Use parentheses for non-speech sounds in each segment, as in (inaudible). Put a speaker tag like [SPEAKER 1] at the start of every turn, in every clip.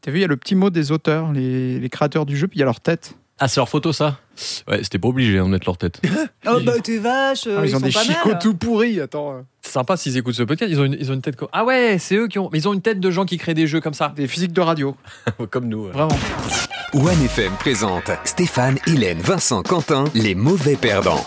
[SPEAKER 1] T'as vu, il y a le petit mot des auteurs, les, les créateurs du jeu, puis il y a leur tête.
[SPEAKER 2] Ah, c'est leur photo, ça Ouais, c'était pas obligé hein, de mettre leur tête.
[SPEAKER 3] Oh bah t'es vache,
[SPEAKER 1] Ah,
[SPEAKER 3] ils,
[SPEAKER 1] ils ont
[SPEAKER 3] sont
[SPEAKER 1] des
[SPEAKER 3] pas
[SPEAKER 1] chicots
[SPEAKER 3] mal.
[SPEAKER 1] tout pourris, attends.
[SPEAKER 2] C'est sympa s'ils écoutent ce podcast, ils ont une, ils ont une tête comme. Ah ouais, c'est eux qui ont. Mais ils ont une tête de gens qui créent des jeux comme ça.
[SPEAKER 1] Des physiques de radio,
[SPEAKER 2] (laughs) comme nous. ouais.
[SPEAKER 1] vraiment.
[SPEAKER 4] OneFM présente Stéphane, Hélène, Vincent, Quentin, les mauvais perdants.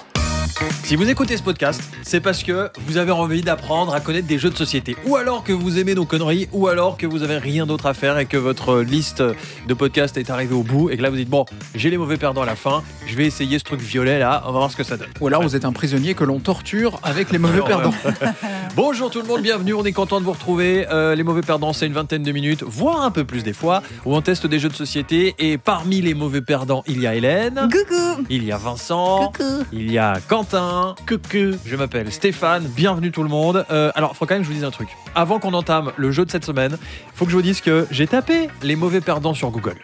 [SPEAKER 2] Si vous écoutez ce podcast, c'est parce que vous avez envie d'apprendre à connaître des jeux de société. Ou alors que vous aimez nos conneries, ou alors que vous avez rien d'autre à faire et que votre liste de podcasts est arrivée au bout et que là vous dites bon, j'ai les mauvais perdants à la fin, je vais essayer ce truc violet là, on va voir ce que ça donne.
[SPEAKER 1] Ou alors vous êtes un prisonnier que l'on torture avec les mauvais
[SPEAKER 2] Alors, euh,
[SPEAKER 1] perdants.
[SPEAKER 2] Bonjour tout le monde, bienvenue, on est content de vous retrouver. Euh, les mauvais perdants, c'est une vingtaine de minutes, voire un peu plus des fois, où on teste des jeux de société. Et parmi les mauvais perdants, il y a Hélène,
[SPEAKER 3] Coucou,
[SPEAKER 2] il y a Vincent,
[SPEAKER 3] coucou.
[SPEAKER 2] il y a Quentin, Cucu. Je m'appelle Stéphane, bienvenue tout le monde. Euh, alors, faut quand même que je vous dise un truc. Avant qu'on entame le jeu de cette semaine, faut que je vous dise que j'ai tapé les mauvais perdants sur Google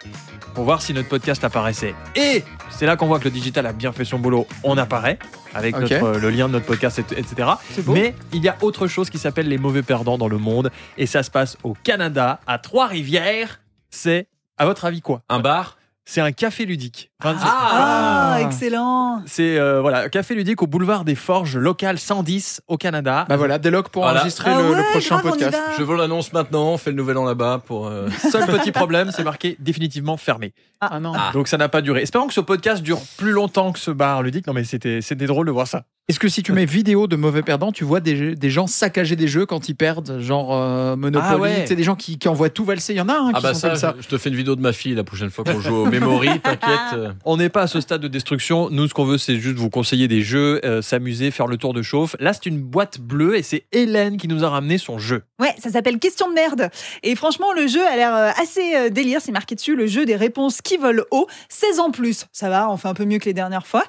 [SPEAKER 2] pour voir si notre podcast apparaissait. Et c'est là qu'on voit que le digital a bien fait son boulot. On apparaît avec
[SPEAKER 1] Ok.
[SPEAKER 2] notre- euh, le lien de notre podcast, et- etc.
[SPEAKER 3] C'est beau.
[SPEAKER 2] Mais il y a autre chose qui s'appelle les mauvais perdants dans le monde et ça se passe au Canada, à Trois-Rivières. C'est, à votre avis, quoi
[SPEAKER 5] Un bar
[SPEAKER 2] C'est un café ludique. Enfin, c'est-
[SPEAKER 3] Ah, excellent.
[SPEAKER 2] c'est euh, voilà, café ludique au boulevard des Forges, local 110 au Canada.
[SPEAKER 1] Bah voilà, des logs pour
[SPEAKER 5] Voilà.
[SPEAKER 1] enregistrer
[SPEAKER 3] ah
[SPEAKER 1] le, le
[SPEAKER 3] ouais,
[SPEAKER 1] prochain
[SPEAKER 3] grave, on y
[SPEAKER 1] podcast.
[SPEAKER 3] va.
[SPEAKER 5] Je vends l'annonce maintenant, on fait le nouvel an là-bas pour. (laughs) euh,
[SPEAKER 2] Seul petit problème, c'est marqué définitivement fermé.
[SPEAKER 1] Ah non.
[SPEAKER 2] Donc ça n'a pas duré. Espérons que ce podcast dure plus longtemps que ce bar ludique. Non mais c'était c'était drôle de voir ça.
[SPEAKER 1] Est-ce que si tu mets vidéo de mauvais perdants, tu vois des, jeux- des gens saccager des jeux quand ils perdent, genre euh, Monopoly,
[SPEAKER 2] Ah ouais.
[SPEAKER 1] tu sais, des gens qui, qui envoient tout valser. Il y en a un
[SPEAKER 5] Ah
[SPEAKER 1] qui
[SPEAKER 5] bah
[SPEAKER 1] sont
[SPEAKER 5] ça,
[SPEAKER 1] comme ça.
[SPEAKER 5] je je te fais une vidéo de ma fille la prochaine fois qu'on joue au (laughs) Memory, t'inquiète. euh.
[SPEAKER 2] On n'est pas à ce stade de destruction. Nous ce qu'on veut c'est juste vous conseiller des jeux, euh, s'amuser, faire le tour de chauffe. Là c'est une boîte bleue et c'est Hélène qui nous a ramené son jeu.
[SPEAKER 3] Ouais, ça s'appelle Question de merde. Et franchement, le jeu a l'air euh, assez euh, délire. C'est marqué dessus le jeu des réponses qui volent haut. 16 ans plus. Ça va, on fait un peu mieux que les dernières fois.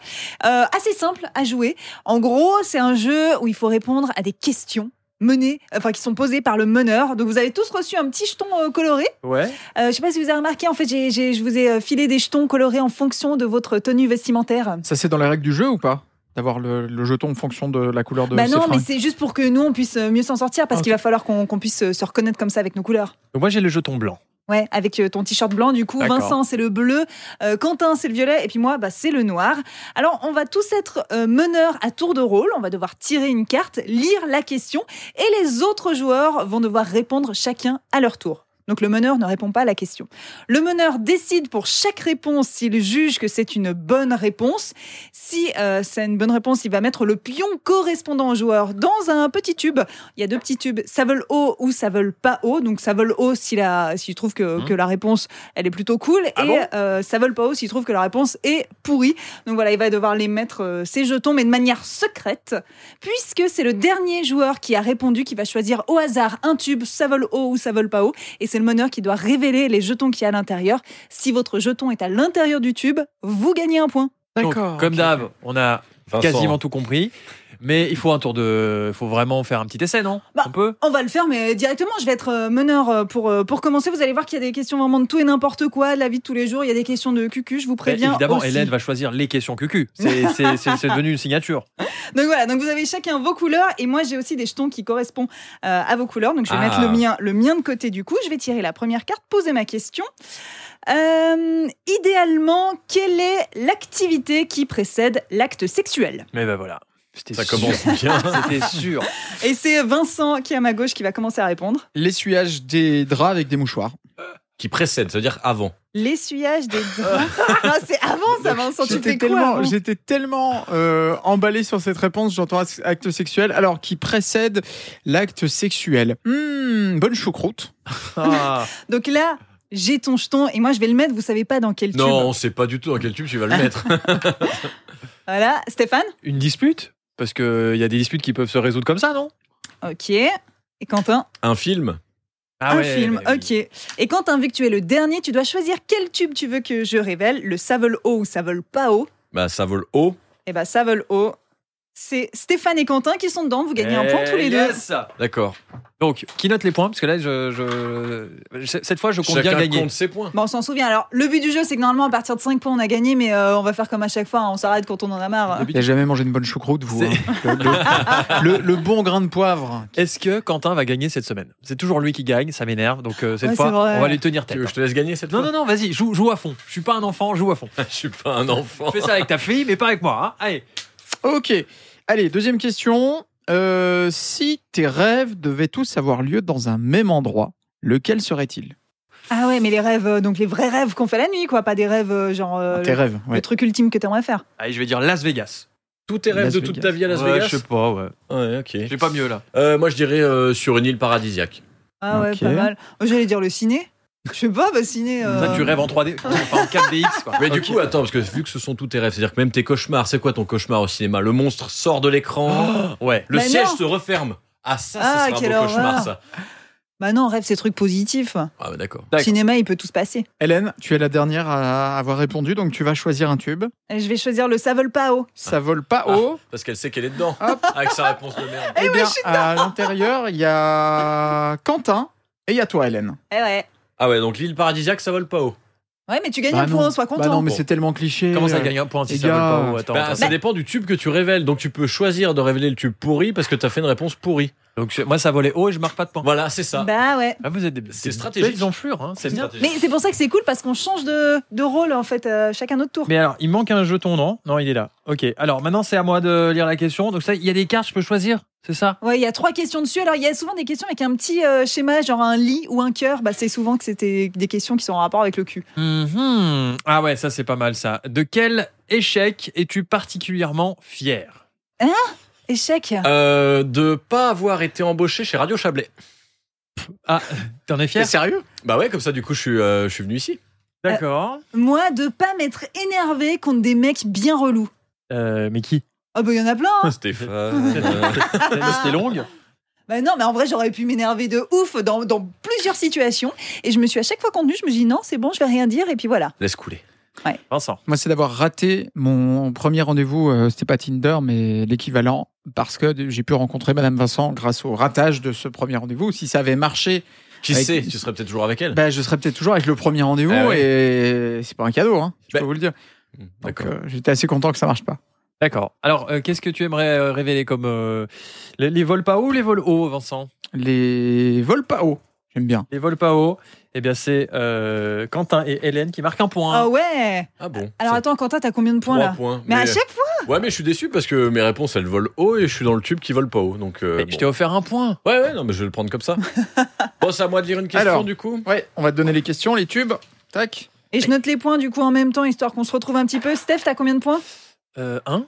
[SPEAKER 3] Euh, assez simple à jouer. En gros, c'est un jeu où il faut répondre à des questions menées, enfin qui sont posées par le meneur. Donc vous avez tous reçu un petit jeton euh, coloré.
[SPEAKER 2] Ouais.
[SPEAKER 3] Euh, je sais pas si vous avez remarqué, en fait, j'ai- j'ai- je vous ai euh, filé des jetons colorés en fonction de votre tenue vestimentaire.
[SPEAKER 1] Ça, c'est dans les règles du jeu ou pas D'avoir le, le jeton en fonction de la couleur de
[SPEAKER 3] Bah
[SPEAKER 1] ses
[SPEAKER 3] non, mais
[SPEAKER 1] fringues.
[SPEAKER 3] c'est juste pour que nous, on puisse euh, mieux s'en sortir, parce
[SPEAKER 1] Ok.
[SPEAKER 3] qu'il va falloir qu'on qu'on puisse euh, se reconnaître comme ça avec nos couleurs.
[SPEAKER 2] Donc moi j'ai le jeton blanc.
[SPEAKER 3] Ouais, avec euh, ton t-shirt blanc, du coup,
[SPEAKER 2] D'accord.
[SPEAKER 3] Vincent, c'est le bleu, euh, Quentin, c'est le violet, et puis moi, bah, c'est le noir. Alors, on va tous être euh, meneurs à tour de rôle, on va devoir tirer une carte, lire la question, et les autres joueurs vont devoir répondre chacun à leur tour. Donc le meneur ne répond pas à la question. Le meneur décide pour chaque réponse s'il juge que c'est une bonne réponse. Si euh, c'est une bonne réponse, il va mettre le pion correspondant au joueur dans un petit tube il y a deux petits tubes, ça vole haut ou ça vole pas haut. Donc ça vole haut si la, s'il trouve que,
[SPEAKER 2] Hmm.
[SPEAKER 3] que la réponse elle est plutôt cool
[SPEAKER 2] Ah
[SPEAKER 3] et
[SPEAKER 2] bon
[SPEAKER 3] euh, ça vole pas haut s'il trouve que la réponse est pourrie. Donc voilà, il va devoir les mettre euh, ses jetons mais de manière secrète puisque c'est le dernier joueur qui a répondu qui va choisir au hasard un tube, ça vole haut ou ça vole pas haut et c'est le meneur qui doit révéler les jetons qu'il y a à l'intérieur. Si votre jeton est à l'intérieur du tube, vous gagnez un point.
[SPEAKER 2] Donc,
[SPEAKER 1] D'accord,
[SPEAKER 2] comme
[SPEAKER 1] ok.
[SPEAKER 2] d'hab, on a
[SPEAKER 5] Vincent.
[SPEAKER 2] quasiment tout compris. Mais il faut un tour de, faut vraiment faire un petit essai, non
[SPEAKER 3] Bah,
[SPEAKER 2] On peut.
[SPEAKER 3] On va le faire, mais directement, je vais être euh, meneur euh, pour, euh, pour commencer. Vous allez voir qu'il y a des questions vraiment de tout et n'importe quoi, de la vie de tous les jours. Il y a des questions de cucu, je vous préviens.
[SPEAKER 2] Ben, évidemment,
[SPEAKER 3] aussi.
[SPEAKER 2] Hélène va choisir les questions cucu. C'est c'est- c'est- c'est devenu une signature.
[SPEAKER 3] Donc voilà, donc vous avez chacun vos couleurs et moi j'ai aussi des jetons qui correspondent euh, à vos couleurs. Donc je vais
[SPEAKER 5] Ah.
[SPEAKER 3] mettre le mien, le mien de côté du coup. Je vais tirer la première carte, poser ma question. Euh, idéalement, quelle est l'activité qui précède l'acte sexuel
[SPEAKER 2] Mais ben voilà. C'était
[SPEAKER 5] Ça
[SPEAKER 2] sûr.
[SPEAKER 5] (laughs) commence bien.
[SPEAKER 2] C'était sûr.
[SPEAKER 3] Et c'est Vincent qui est à ma gauche qui va commencer à répondre.
[SPEAKER 1] L'essuyage des draps avec des mouchoirs.
[SPEAKER 5] Qui précède, ça veut dire avant.
[SPEAKER 3] L'essuyage des draps. Ah, c'est avant ça, Vincent. Tu
[SPEAKER 1] J'étais
[SPEAKER 3] fais quoi
[SPEAKER 1] tellement,
[SPEAKER 3] avant
[SPEAKER 1] j'étais tellement euh, emballé sur cette réponse, j'entends acte sexuel, alors qui précède l'acte sexuel. Hmm, bonne choucroute.
[SPEAKER 2] Ah.
[SPEAKER 3] Donc là, j'ai ton jeton et moi je vais le mettre, vous savez pas dans quel
[SPEAKER 5] Non,
[SPEAKER 3] tube.
[SPEAKER 5] on sait pas du tout dans quel tube tu vas le (laughs) mettre.
[SPEAKER 3] Voilà, Stéphane
[SPEAKER 2] Une dispute Parce qu'il y a des disputes qui peuvent se résoudre comme ça, non
[SPEAKER 3] Ok. Et Quentin
[SPEAKER 5] Un film
[SPEAKER 2] ah
[SPEAKER 3] Un
[SPEAKER 2] ouais,
[SPEAKER 3] film,
[SPEAKER 2] mais oui.
[SPEAKER 3] ok. Et Quentin, vu que tu es le dernier, tu dois choisir quel tube tu veux que je révèle, le ça vole haut ou ça vole pas haut.
[SPEAKER 5] Bah ça vole haut.
[SPEAKER 3] Et bah ça vole haut. C'est Stéphane et Quentin qui sont dedans. Vous gagnez un
[SPEAKER 2] Eh
[SPEAKER 3] point tous les deux.
[SPEAKER 5] D'accord.
[SPEAKER 2] Donc, qui note les points Parce que là, je, je- cette fois, je compte bien
[SPEAKER 5] Chacun
[SPEAKER 2] gagner.
[SPEAKER 5] compte ses points.
[SPEAKER 3] Bon, on s'en souvient. Alors, le but du jeu, c'est que normalement, à partir de 5 points, on a gagné, mais euh, on va faire comme à chaque fois. hein, on s'arrête quand on en a marre. hein.
[SPEAKER 1] Il a jamais mangé une bonne choucroute, vous.
[SPEAKER 2] C'est-
[SPEAKER 1] hein. Le, (laughs) le- le- le bon grain de poivre.
[SPEAKER 2] Est-ce que Quentin va gagner cette semaine C'est toujours lui qui gagne, ça m'énerve. Donc, euh, cette
[SPEAKER 3] Ouais,
[SPEAKER 2] fois,
[SPEAKER 3] c'est vrai.
[SPEAKER 2] on va lui tenir tête.
[SPEAKER 5] Tu veux que je te laisse gagner cette
[SPEAKER 2] Non,
[SPEAKER 5] fois
[SPEAKER 2] non, non, vas-y, joue, joue à fond. Je suis pas un enfant, joue à fond.
[SPEAKER 5] (laughs) Je suis pas un enfant.
[SPEAKER 2] Fais ça avec ta fille, mais pas avec moi. hein. Allez.
[SPEAKER 1] Ok. Allez, deuxième question. Euh, si tes rêves devaient tous avoir lieu dans un même endroit, lequel serait-il
[SPEAKER 3] Ah ouais, mais les rêves, euh, donc les vrais rêves qu'on fait la nuit, quoi. Pas des rêves euh, genre euh,
[SPEAKER 1] Ah, Tes
[SPEAKER 3] le,
[SPEAKER 1] rêves, ouais.
[SPEAKER 3] le truc ultime que t'aimerais faire.
[SPEAKER 2] Allez, je vais dire Las Vegas.
[SPEAKER 5] Tous tes rêves
[SPEAKER 1] Las
[SPEAKER 5] de toute
[SPEAKER 1] Vegas.
[SPEAKER 5] ta vie à Las
[SPEAKER 2] Ouais,
[SPEAKER 5] Vegas
[SPEAKER 2] Je sais pas, ouais.
[SPEAKER 5] Ouais, ok.
[SPEAKER 2] J'ai pas mieux là.
[SPEAKER 5] Euh, moi, je dirais euh, sur une île paradisiaque.
[SPEAKER 3] Ah ouais,
[SPEAKER 1] Ok.
[SPEAKER 3] pas mal. Moi, J'allais dire le ciné. Je sais pas, bah, ciné. euh,
[SPEAKER 2] Ça, tu rêves en 3D, enfin en 4DX, quoi.
[SPEAKER 5] Mais
[SPEAKER 2] Ok.
[SPEAKER 5] du coup, attends, parce que vu que ce sont tous tes rêves, c'est-à-dire que même tes cauchemars, c'est quoi ton cauchemar au cinéma Le monstre sort de l'écran. ouais. Le
[SPEAKER 3] Oh Mais
[SPEAKER 5] siège
[SPEAKER 3] non.
[SPEAKER 5] se referme. Ah, ça,
[SPEAKER 3] Ah,
[SPEAKER 5] ça
[SPEAKER 3] quelle
[SPEAKER 5] sera un beau cauchemar,
[SPEAKER 3] horreur.
[SPEAKER 5] ça.
[SPEAKER 3] Bah non, rêve, c'est trucs positifs.
[SPEAKER 5] Ah, bah, d'accord.
[SPEAKER 2] D'accord.
[SPEAKER 3] Cinéma, il peut tout se passer.
[SPEAKER 1] Hélène, tu es la dernière à avoir répondu, donc tu vas choisir un tube.
[SPEAKER 3] Et Je vais choisir le Savol Pao.
[SPEAKER 1] Ça vole pas
[SPEAKER 5] Ah.
[SPEAKER 1] haut.
[SPEAKER 5] Parce qu'elle sait qu'elle est dedans.
[SPEAKER 1] Hop.
[SPEAKER 5] Avec sa réponse de merde.
[SPEAKER 1] Eh bien, à l'intérieur, il y a Quentin et il y a toi, Hélène.
[SPEAKER 3] Eh ouais.
[SPEAKER 5] Ah, ouais, donc l'île paradisiaque, ça vole pas haut.
[SPEAKER 3] Ouais, mais tu gagnes
[SPEAKER 1] Bah
[SPEAKER 3] un
[SPEAKER 1] non.
[SPEAKER 3] point, sois
[SPEAKER 1] Bah
[SPEAKER 3] content.
[SPEAKER 1] non, mais
[SPEAKER 5] Bon.
[SPEAKER 1] c'est tellement cliché.
[SPEAKER 2] Comment ça
[SPEAKER 1] Euh,
[SPEAKER 2] gagne un point si
[SPEAKER 1] les
[SPEAKER 2] ça vole
[SPEAKER 1] gars.
[SPEAKER 2] pas haut Attends,
[SPEAKER 5] Bah,
[SPEAKER 2] attends.
[SPEAKER 5] Ça dépend du tube que tu révèles. Donc, tu peux choisir de révéler le tube pourri parce que t'as fait une réponse pourrie.
[SPEAKER 2] Donc, je- moi, ça volait haut et je marque pas de points.
[SPEAKER 5] Voilà, c'est ça.
[SPEAKER 3] Bah ouais.
[SPEAKER 2] Ah, vous êtes des
[SPEAKER 5] C'est
[SPEAKER 2] des
[SPEAKER 5] stratégique.
[SPEAKER 2] belles enflures, hein, c'est bien.
[SPEAKER 3] Mais c'est pour ça que c'est cool parce qu'on change de, de rôle en fait, euh, chacun notre tour.
[SPEAKER 2] Mais alors, il manque un jeton, non Non, il est là. Ok. Alors, maintenant, c'est à moi de lire la question. Donc, ça, il y a des cartes, je peux choisir, c'est ça
[SPEAKER 3] Ouais, il y a trois questions dessus. Alors, il y a souvent des questions avec un petit euh, schéma, genre un lit ou un cœur. Bah, c'est souvent que c'était des questions qui sont en rapport avec le cul.
[SPEAKER 2] Mhm. Ah ouais, ça, c'est pas mal, ça. De quel échec es-tu particulièrement fier
[SPEAKER 3] Échec.
[SPEAKER 5] Euh, de pas avoir été embauché chez Radio Chablais.
[SPEAKER 2] T'en es
[SPEAKER 1] T'es
[SPEAKER 2] fier
[SPEAKER 1] sérieux
[SPEAKER 5] Bah ouais, comme ça, du coup, je suis, euh, je suis venu ici.
[SPEAKER 2] D'accord.
[SPEAKER 3] Moi, de pas m'être énervé contre des mecs bien relous.
[SPEAKER 2] Euh, mais qui
[SPEAKER 3] Ah bah, il y en a plein. hein.
[SPEAKER 5] Stéphane.
[SPEAKER 2] Euh, (laughs)
[SPEAKER 3] (laughs)
[SPEAKER 2] La liste est longue.
[SPEAKER 3] Bah non, mais en vrai, j'aurais pu m'énerver de ouf dans, dans plusieurs situations. Et je me suis à chaque fois contenue, je me dis non, c'est bon, je vais rien dire. Et puis voilà.
[SPEAKER 5] Laisse couler.
[SPEAKER 2] Vincent.
[SPEAKER 1] Moi, c'est d'avoir raté mon premier rendez-vous. euh, C'était pas Tinder, mais l'équivalent. Parce que j'ai pu rencontrer Madame Vincent grâce au ratage de ce premier rendez-vous. Si ça avait marché,
[SPEAKER 5] Qui
[SPEAKER 1] Avec-
[SPEAKER 5] sait, tu serais peut-être toujours avec elle.
[SPEAKER 1] bah, je serais peut-être toujours avec le premier rendez-vous.
[SPEAKER 5] Ah ouais.
[SPEAKER 1] Et c'est pas un cadeau, hein, je
[SPEAKER 5] Bah,
[SPEAKER 1] peux vous le dire. Donc,
[SPEAKER 5] D'accord.
[SPEAKER 1] euh, j'étais assez content que ça marche pas.
[SPEAKER 2] D'accord. Alors, euh, qu'est-ce que tu aimerais euh, révéler comme euh, les, les vols pas haut ou les vols hauts, Vincent
[SPEAKER 1] Les vols pas haut. J'aime bien.
[SPEAKER 2] Les vols pas hauts, eh bien, c'est euh, Quentin et Hélène qui marquent un point.
[SPEAKER 3] Ah ouais.
[SPEAKER 5] Ah bon.
[SPEAKER 3] Alors
[SPEAKER 5] Ça-
[SPEAKER 3] attends, Quentin, t'as combien de points
[SPEAKER 5] Trois
[SPEAKER 3] là
[SPEAKER 5] points.
[SPEAKER 3] Mais à chaque fois.
[SPEAKER 5] Ouais, mais euh, je suis déçu parce que mes réponses elles volent haut et je suis dans le tube qui vole pas haut. Donc. euh,
[SPEAKER 2] Mais
[SPEAKER 5] bon.
[SPEAKER 2] Je t'ai offert un point.
[SPEAKER 5] Ouais, ouais, non, mais je vais le prendre
[SPEAKER 3] (laughs)
[SPEAKER 5] comme ça. bon, c'est à moi de lire une question
[SPEAKER 1] Alors.
[SPEAKER 5] du coup.
[SPEAKER 1] Ouais, on va te donner les questions, les tubes. Tac.
[SPEAKER 3] Et je note les points du coup en même temps, histoire qu'on se retrouve un petit peu. Steph, t'as combien de points
[SPEAKER 2] Euh, un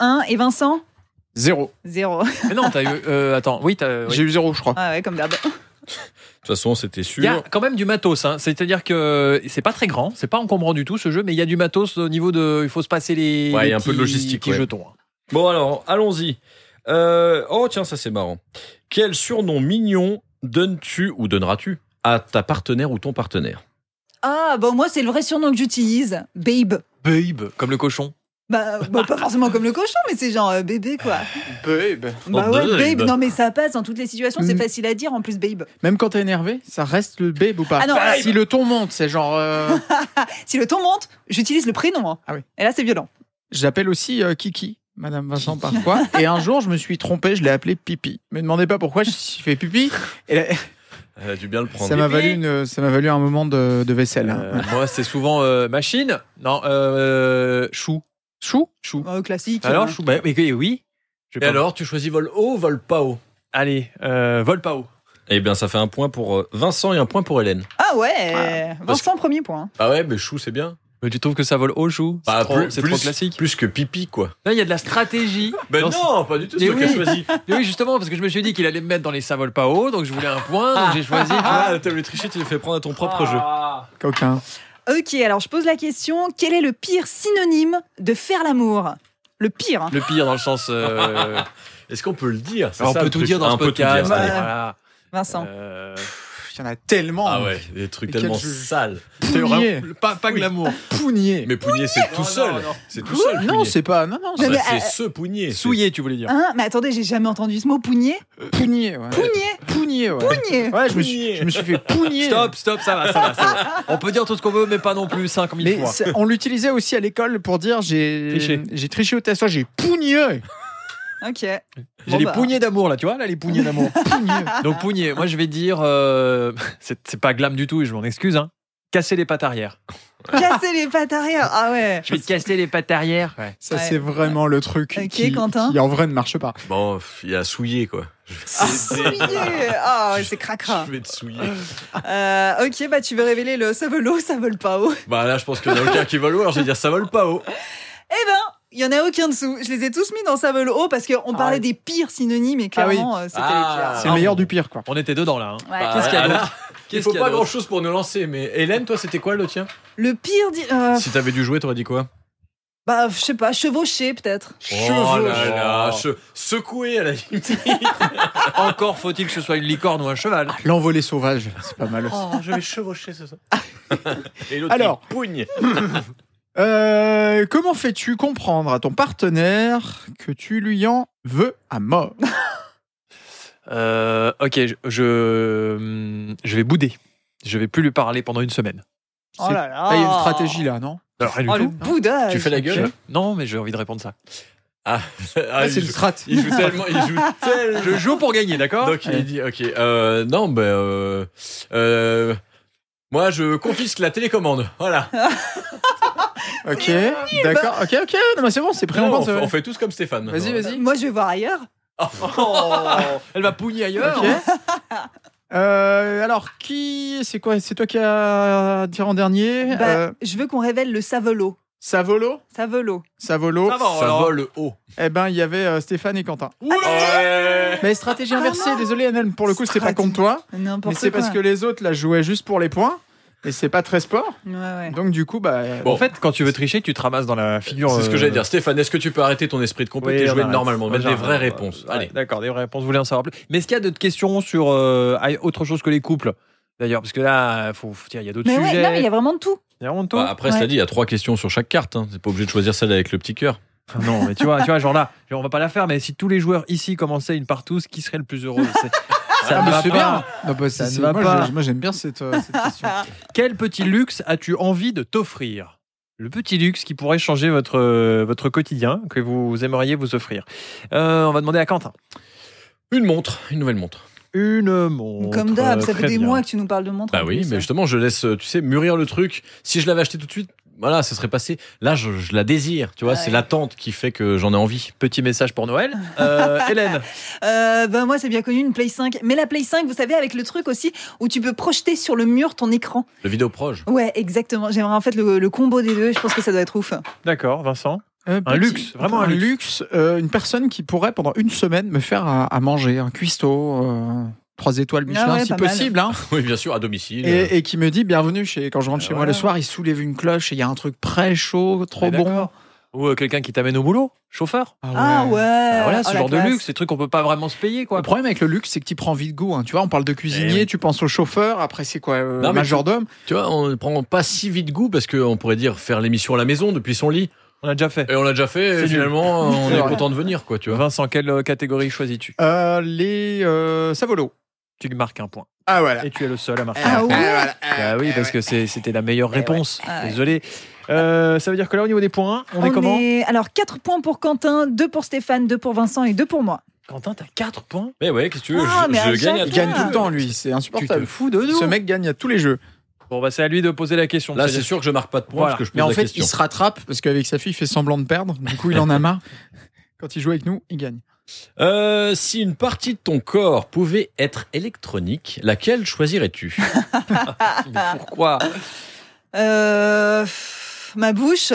[SPEAKER 3] 1 et Vincent
[SPEAKER 1] Zéro.
[SPEAKER 3] Zéro. (laughs)
[SPEAKER 2] Mais non, t'as eu. euh, attends, oui, t'as. oui.
[SPEAKER 1] J'ai eu zéro, je crois.
[SPEAKER 3] Ah ouais, comme d'hab.
[SPEAKER 5] De toute façon, c'était
[SPEAKER 2] Il y a
[SPEAKER 5] sûr.
[SPEAKER 2] quand même du matos, hein. c'est-à-dire que c'est pas très grand, c'est pas encombrant du tout ce jeu, mais il y a du matos au niveau de. Il faut se passer les.
[SPEAKER 5] Ouais, il y
[SPEAKER 2] les
[SPEAKER 5] a un peu de
[SPEAKER 2] petits-
[SPEAKER 5] logistique,
[SPEAKER 2] petits
[SPEAKER 5] ouais.
[SPEAKER 2] jetons. hein.
[SPEAKER 5] Bon, alors, allons-y. Euh, Oh, tiens, ça c'est marrant. Quel surnom mignon donnes-tu ou donneras-tu à ta partenaire ou ton partenaire
[SPEAKER 3] Ah, bah moi, c'est le vrai surnom que j'utilise. Babe.
[SPEAKER 2] Babe, comme le cochon.
[SPEAKER 3] Bah, bah, pas forcément comme le cochon, mais c'est genre euh, bébé, quoi.
[SPEAKER 1] Babe.
[SPEAKER 3] Bah
[SPEAKER 5] Oh,
[SPEAKER 3] ouais, babe.
[SPEAKER 5] babe.
[SPEAKER 3] Non, mais ça passe dans toutes les situations, c'est
[SPEAKER 1] Mm.
[SPEAKER 3] facile à dire en plus, babe.
[SPEAKER 1] Même quand t'es énervé, ça reste le babe ou pas
[SPEAKER 3] Ah non,
[SPEAKER 1] Bah,
[SPEAKER 3] babe.
[SPEAKER 1] Si le ton monte, c'est genre. euh,
[SPEAKER 3] (laughs) Si le ton monte, j'utilise le prénom. hein.
[SPEAKER 1] Ah oui.
[SPEAKER 3] Et là, c'est violent.
[SPEAKER 1] J'appelle aussi euh, Kiki, Madame Vincent
[SPEAKER 3] (laughs)
[SPEAKER 1] parfois. Et un jour, je me suis trompé, je l'ai appelée Pipi. Me demandez pas pourquoi, je fais Pipi. Et là,
[SPEAKER 5] Elle a dû bien le prendre.
[SPEAKER 1] ça m'a
[SPEAKER 3] Pipi.
[SPEAKER 1] valu, une- ça m'a valu un moment de, de vaisselle. hein.
[SPEAKER 2] Euh, moi, c'est souvent euh, machine. Non, euh, chou.
[SPEAKER 1] Chou
[SPEAKER 2] Chou.
[SPEAKER 3] Euh, classique.
[SPEAKER 2] Alors,
[SPEAKER 3] Hein.
[SPEAKER 2] chou. Bah, mais oui. Je vais
[SPEAKER 5] Ah, Et
[SPEAKER 2] pas-
[SPEAKER 5] alors, tu choisis vol haut ou vol pas haut
[SPEAKER 2] Allez, euh, vol pas haut.
[SPEAKER 5] Eh bien, ça fait un point pour euh, Vincent et un point pour Hélène.
[SPEAKER 3] Ah ouais.
[SPEAKER 5] Parce
[SPEAKER 3] Vincent, premier point.
[SPEAKER 5] Ah ouais, mais chou, c'est bien.
[SPEAKER 2] Mais tu trouves que ça vole haut, chou
[SPEAKER 5] Bah,
[SPEAKER 2] C'est trop,
[SPEAKER 5] plus-
[SPEAKER 2] c'est
[SPEAKER 5] plus-
[SPEAKER 2] trop classique.
[SPEAKER 5] Plus que pipi, quoi.
[SPEAKER 2] Là, il y a de la
[SPEAKER 5] (laughs)
[SPEAKER 2] stratégie. Dans-
[SPEAKER 5] Ben pas du tout,
[SPEAKER 2] Mais
[SPEAKER 5] toi qui
[SPEAKER 2] oui.
[SPEAKER 5] as choisi.
[SPEAKER 2] Mais oui, justement, parce que je me suis dit qu'il allait me mettre dans les ça vole pas haut, donc je voulais un point, donc j'ai choisi.
[SPEAKER 5] Ah, t'as le triché, tu l'as fait prendre à ton propre
[SPEAKER 2] Ah.
[SPEAKER 5] jeu.
[SPEAKER 1] Coquin.
[SPEAKER 3] Ok, alors je pose la question quel est le pire synonyme de faire l'amour Le pire. hein.
[SPEAKER 2] Le pire dans le sens. euh,
[SPEAKER 5] Est-ce qu'on peut le dire (laughs) C'est
[SPEAKER 2] on
[SPEAKER 5] ça,
[SPEAKER 2] peut
[SPEAKER 5] le
[SPEAKER 2] tout
[SPEAKER 5] truc.
[SPEAKER 2] dire dans
[SPEAKER 5] Ah,
[SPEAKER 2] ce
[SPEAKER 5] on peut tout
[SPEAKER 2] podcast. Bah
[SPEAKER 5] dire,
[SPEAKER 3] Ouais.
[SPEAKER 5] c'est vrai.
[SPEAKER 2] voilà.
[SPEAKER 3] Vincent.
[SPEAKER 2] Euh,
[SPEAKER 1] il y en a tellement.
[SPEAKER 5] Ah ouais, des trucs
[SPEAKER 1] Et
[SPEAKER 5] tellement
[SPEAKER 1] quel jeu.
[SPEAKER 5] sales.
[SPEAKER 1] Pougnier.
[SPEAKER 2] pas, pas
[SPEAKER 1] Oui.
[SPEAKER 2] glamour.
[SPEAKER 1] Pougnier.
[SPEAKER 5] Mais Pougnier, c'est tout
[SPEAKER 2] non,
[SPEAKER 5] seul.
[SPEAKER 2] non.
[SPEAKER 5] C'est tout seul.
[SPEAKER 1] non,
[SPEAKER 5] Pougnier.
[SPEAKER 1] c'est pas. Non, non,
[SPEAKER 5] Ah
[SPEAKER 1] c'est
[SPEAKER 5] bah,
[SPEAKER 3] Mais,
[SPEAKER 5] c'est
[SPEAKER 3] euh,
[SPEAKER 5] ce Pougnier.
[SPEAKER 2] Souillé, tu voulais dire.
[SPEAKER 3] Hein mais attendez, j'ai jamais entendu ce mot, pougnier.
[SPEAKER 1] Pougnier. Ouais.
[SPEAKER 3] Pougnier,
[SPEAKER 1] (laughs) Pougnier, ouais.
[SPEAKER 3] pougnier.
[SPEAKER 1] Ouais, je me, suis, je me suis fait pougnier.
[SPEAKER 2] Stop, stop, ça va, ça va, ça va. On peut dire tout ce qu'on veut, mais pas non plus 5000
[SPEAKER 1] Mais
[SPEAKER 2] fois.
[SPEAKER 1] c'est- on l'utilisait aussi à l'école pour dire j'ai
[SPEAKER 2] Triché.
[SPEAKER 1] j'ai triché au test, j'ai pougné.
[SPEAKER 3] Ok.
[SPEAKER 2] J'ai
[SPEAKER 3] Bon,
[SPEAKER 2] les
[SPEAKER 3] bah.
[SPEAKER 2] poignées d'amour là, tu vois, là les poignées d'amour. (laughs) Donc poignées, moi je vais dire, euh, c'est c'est pas glam du tout et je m'en excuse, hein. Casser les pattes arrière.
[SPEAKER 3] Casser les pattes arrière. Ah ouais.
[SPEAKER 2] Je vais te casser les pattes arrière. Ouais.
[SPEAKER 1] Ça
[SPEAKER 3] Ouais.
[SPEAKER 1] c'est vraiment le truc
[SPEAKER 3] Ok,
[SPEAKER 1] qui,
[SPEAKER 3] Quentin.
[SPEAKER 1] qui, en vrai ne marche pas.
[SPEAKER 5] Bon, il y a souillé, quoi.
[SPEAKER 3] Souillé. Ah ouais, c'est cracra.
[SPEAKER 5] Je vais te souiller.
[SPEAKER 3] Euh, ok, bah tu veux révéler le ça vole l'eau, ça vole pas haut.
[SPEAKER 5] Bah là, je pense qu'il n'y en a aucun qui va le voir. Je vais dire, ça vole pas oh. haut.
[SPEAKER 3] Eh ben, il y en a aucun dessous. Je les ai tous mis dans ça vole haut parce qu'on parlait des pires synonymes et clairement euh, c'était
[SPEAKER 5] Ah.
[SPEAKER 1] C'est
[SPEAKER 5] Ah,
[SPEAKER 1] le meilleur
[SPEAKER 5] bon.
[SPEAKER 1] du pire quoi.
[SPEAKER 2] On était dedans là. hein.
[SPEAKER 3] les pires. Ouais.
[SPEAKER 5] Bah,
[SPEAKER 2] Qu'est-ce qu'il y a
[SPEAKER 5] alors,
[SPEAKER 2] Qu'est-ce
[SPEAKER 5] Il faut
[SPEAKER 2] qu'il y a
[SPEAKER 5] pas
[SPEAKER 2] d'autre
[SPEAKER 5] grand chose pour nous lancer, mais Hélène, toi, c'était quoi le tien
[SPEAKER 3] Le pire, di- euh,
[SPEAKER 5] Si t'avais dû jouer, t'aurais dit quoi
[SPEAKER 3] bah je sais pas, chevaucher peut-être.
[SPEAKER 5] Oh là
[SPEAKER 2] Chevaucher.
[SPEAKER 5] là, che- secouer à la limite.
[SPEAKER 2] Encore faut-il que ce soit une licorne ou un cheval.
[SPEAKER 1] L'envolée sauvage, (laughs) c'est pas mal. aussi.
[SPEAKER 5] je vais chevaucher, c'est ça. (laughs) Et l'autre,
[SPEAKER 1] Alors.
[SPEAKER 5] Alors, pougne.
[SPEAKER 1] Euh, comment fais-tu comprendre à ton partenaire que tu lui en veux à mort
[SPEAKER 2] Euh, ok, je, je hum, je vais bouder. Je vais plus lui parler pendant une semaine.
[SPEAKER 3] Oh là là.
[SPEAKER 1] Ah, il y a une stratégie là, non
[SPEAKER 2] Alors, rien du
[SPEAKER 3] Oh le
[SPEAKER 2] tout.
[SPEAKER 3] boudage.
[SPEAKER 5] Tu fais la gueule
[SPEAKER 2] Non, mais j'ai envie de répondre ça.
[SPEAKER 5] Ah,
[SPEAKER 1] Ah, c'est
[SPEAKER 5] il,
[SPEAKER 1] une
[SPEAKER 5] joue,
[SPEAKER 1] strat.
[SPEAKER 5] (laughs) il joue tellement. Il (laughs) joue tellement.
[SPEAKER 2] Je joue pour gagner, d'accord
[SPEAKER 5] Donc il dit, ok, euh, non, bah, euh, euh, moi, je confisque la télécommande. Voilà.
[SPEAKER 1] Ok, d'accord. Ok, ok. Non, mais c'est bon, c'est pris en
[SPEAKER 5] Non, on,
[SPEAKER 1] compte.
[SPEAKER 5] fait-
[SPEAKER 1] ouais.
[SPEAKER 5] on fait tous comme Stéphane.
[SPEAKER 1] Vas-y,
[SPEAKER 5] maintenant.
[SPEAKER 1] vas-y.
[SPEAKER 3] Moi je vais voir ailleurs.
[SPEAKER 2] Elle va pougner ailleurs.
[SPEAKER 1] Ok.
[SPEAKER 3] (laughs)
[SPEAKER 1] Euh, alors, qui C'est quoi C'est toi qui as tiré en dernier
[SPEAKER 3] Bah,
[SPEAKER 1] Euh,
[SPEAKER 3] Je veux qu'on révèle le savolo.
[SPEAKER 1] Savolo
[SPEAKER 3] Savolo.
[SPEAKER 1] Savolo.
[SPEAKER 2] Ça va,
[SPEAKER 5] Ça
[SPEAKER 2] alors.
[SPEAKER 5] vole haut.
[SPEAKER 1] Eh ben, il y avait euh, Stéphane et Quentin.
[SPEAKER 5] Ouais.
[SPEAKER 1] Mais stratégie
[SPEAKER 2] Ah,
[SPEAKER 1] inversée,
[SPEAKER 3] Vraiment
[SPEAKER 1] désolé, Anel, pour le coup, c'était pas
[SPEAKER 3] Stratégie.
[SPEAKER 1] contre toi. Mais
[SPEAKER 3] N'importe quoi.
[SPEAKER 1] c'est parce que les autres la jouaient juste pour les points. Et c'est pas très sport.
[SPEAKER 3] Ouais, ouais.
[SPEAKER 1] Donc, du coup, bah. euh,
[SPEAKER 5] Bon.
[SPEAKER 2] En fait, quand tu veux tricher, tu te ramasses dans la figure.
[SPEAKER 5] C'est ce que
[SPEAKER 2] euh,
[SPEAKER 5] j'allais dire. Stéphane, est-ce que tu peux arrêter ton esprit de compète et
[SPEAKER 2] Oui,
[SPEAKER 5] jouer
[SPEAKER 2] on arrête.
[SPEAKER 5] normalement,
[SPEAKER 2] Ouais,
[SPEAKER 5] mettre des
[SPEAKER 2] j'arrête.
[SPEAKER 5] vraies réponses
[SPEAKER 2] Ouais,
[SPEAKER 5] Allez.
[SPEAKER 2] D'accord, des vraies réponses. Vous voulez en savoir plus Mais est-ce qu'il y a d'autres questions sur euh, ah, autre chose que les couples D'ailleurs, parce que là, faut, faut dire, il y a d'autres
[SPEAKER 3] Mais ouais,
[SPEAKER 2] sujets.
[SPEAKER 3] non, mais il y a vraiment de tout.
[SPEAKER 2] Il y a vraiment de tout.
[SPEAKER 5] Bah, après,
[SPEAKER 3] Ouais.
[SPEAKER 5] cela dit, il y a trois questions sur chaque carte. Hein. C'est pas obligé de choisir celle avec le petit cœur.
[SPEAKER 2] Enfin, non, mais tu vois, tu vois, genre là, genre, on va pas la faire. Mais si tous les joueurs ici commençaient une partouze, qui serait le plus heureux
[SPEAKER 5] (laughs)
[SPEAKER 2] C'est-
[SPEAKER 1] ah,
[SPEAKER 2] Ça ne
[SPEAKER 1] mais
[SPEAKER 2] va
[SPEAKER 1] c'est
[SPEAKER 2] pas.
[SPEAKER 1] bien. Non, bah, c'est-
[SPEAKER 2] Ça ne
[SPEAKER 1] c'est-
[SPEAKER 2] va
[SPEAKER 1] moi,
[SPEAKER 2] pas.
[SPEAKER 1] je- moi, j'aime bien cette, euh, cette question.
[SPEAKER 2] Quel petit luxe as-tu envie de t'offrir Le petit luxe qui pourrait changer votre, euh, votre quotidien, que vous aimeriez vous offrir. Euh, on va demander à Quentin.
[SPEAKER 5] Une montre, une nouvelle montre.
[SPEAKER 2] Une montre. Euh,
[SPEAKER 3] Comme d'hab, ça
[SPEAKER 2] Très
[SPEAKER 3] fait des
[SPEAKER 2] bien.
[SPEAKER 3] mois que tu nous parles de montre.
[SPEAKER 5] Bah
[SPEAKER 3] en
[SPEAKER 5] oui,
[SPEAKER 3] plus.
[SPEAKER 5] mais justement, je laisse, tu sais, mûrir le truc. Si je l'avais acheté tout de suite, voilà, ça serait passé. Là, je, je la désire, tu vois,
[SPEAKER 3] Ouais.
[SPEAKER 5] c'est l'attente qui fait que j'en ai envie.
[SPEAKER 2] Petit message pour Noël.
[SPEAKER 3] (laughs)
[SPEAKER 2] Euh, Hélène,
[SPEAKER 3] Euh, ben moi, c'est bien connu, une Play 5. Mais la Play 5, vous savez, avec le truc aussi où tu peux projeter sur le mur ton écran.
[SPEAKER 5] Le vidéo proche.
[SPEAKER 3] Ouais, exactement. J'aimerais en fait le, le combo des deux. Je pense que ça doit être ouf.
[SPEAKER 2] d'accord, Vincent.
[SPEAKER 1] Euh,
[SPEAKER 2] (laughs) Un
[SPEAKER 1] petit-
[SPEAKER 2] luxe, vraiment un
[SPEAKER 1] luxe. euh, une personne qui pourrait pendant une semaine me faire à, à manger un cuistot, euh, trois étoiles Michelin
[SPEAKER 3] Ah ouais,
[SPEAKER 1] si
[SPEAKER 3] pas mal.
[SPEAKER 1] possible, hein,
[SPEAKER 5] (laughs) Oui, bien sûr, à domicile.
[SPEAKER 1] et, et qui me dit bienvenue chez quand je rentre
[SPEAKER 2] Ah
[SPEAKER 1] chez moi le
[SPEAKER 2] ouais.
[SPEAKER 1] soir, il soulève une cloche et il y a un truc prêt, chaud, trop
[SPEAKER 2] Mais
[SPEAKER 1] bon.
[SPEAKER 2] d'accord. Ou euh, quelqu'un qui t'amène au boulot, chauffeur.
[SPEAKER 3] Ah ouais.
[SPEAKER 2] Bah voilà, ce
[SPEAKER 3] Oh, la
[SPEAKER 2] genre de
[SPEAKER 3] classe.
[SPEAKER 2] luxe, ces trucs qu'on peut pas vraiment se payer, quoi.
[SPEAKER 1] Le problème avec le luxe, c'est que tu prends vite goût. hein. Tu vois, on parle de cuisinier,
[SPEAKER 5] Eh oui.
[SPEAKER 1] tu penses au chauffeur, après c'est quoi, euh,
[SPEAKER 5] Non, mais
[SPEAKER 1] majordome.
[SPEAKER 5] Tu vois, on ne prend pas si vite goût parce qu'on pourrait dire faire l'émission à la maison depuis son lit.
[SPEAKER 2] On a déjà fait.
[SPEAKER 5] Et on l'a déjà fait,
[SPEAKER 2] C'est
[SPEAKER 5] et
[SPEAKER 2] nul.
[SPEAKER 5] finalement, on
[SPEAKER 1] C'est
[SPEAKER 5] est
[SPEAKER 1] vrai.
[SPEAKER 5] content de venir, quoi, tu vois.
[SPEAKER 2] Vincent, quelle euh, catégorie choisis-tu
[SPEAKER 1] Euh, les euh, Savolo.
[SPEAKER 2] Tu lui marques un point.
[SPEAKER 1] Ah voilà. Eh,
[SPEAKER 2] Et tu es le seul à marquer.
[SPEAKER 3] Ah ouais.
[SPEAKER 2] Ah oui, parce que c'est- c'était la meilleure réponse.
[SPEAKER 3] Ah ouais.
[SPEAKER 2] Désolé. Euh, ça veut dire que là, au niveau des points, on, est comment
[SPEAKER 3] Alors 4 points pour Quentin, 2 pour Stéphane, 2 pour Vincent et 2 pour moi.
[SPEAKER 2] Quentin, t'as 4 points
[SPEAKER 5] Mais ouais, qu'est-ce que tu veux
[SPEAKER 3] Ah,
[SPEAKER 5] Je,
[SPEAKER 3] mais
[SPEAKER 5] je
[SPEAKER 3] à
[SPEAKER 5] gagne à
[SPEAKER 1] Il
[SPEAKER 3] chaque
[SPEAKER 5] tout.
[SPEAKER 1] gagne tout le temps, lui. C'est
[SPEAKER 2] Tu te
[SPEAKER 1] insupportable.
[SPEAKER 2] fous de nous
[SPEAKER 1] Ce mec gagne à tous les jeux.
[SPEAKER 2] Bon, bah, c'est à lui de poser la question.
[SPEAKER 5] Là,
[SPEAKER 2] C'est-à-dire-
[SPEAKER 5] c'est sûr que je marque pas de points
[SPEAKER 2] Voilà.
[SPEAKER 5] parce que je pose
[SPEAKER 1] Mais en
[SPEAKER 5] la
[SPEAKER 1] fait,
[SPEAKER 5] question.
[SPEAKER 1] il se rattrape parce qu'avec sa fille, il fait semblant de perdre. Du coup, il en a marre. Quand il joue avec nous, il gagne.
[SPEAKER 5] Euh, si une partie de ton corps pouvait être électronique, laquelle choisirais-tu
[SPEAKER 2] Pourquoi
[SPEAKER 3] Euh, pff, ma bouche.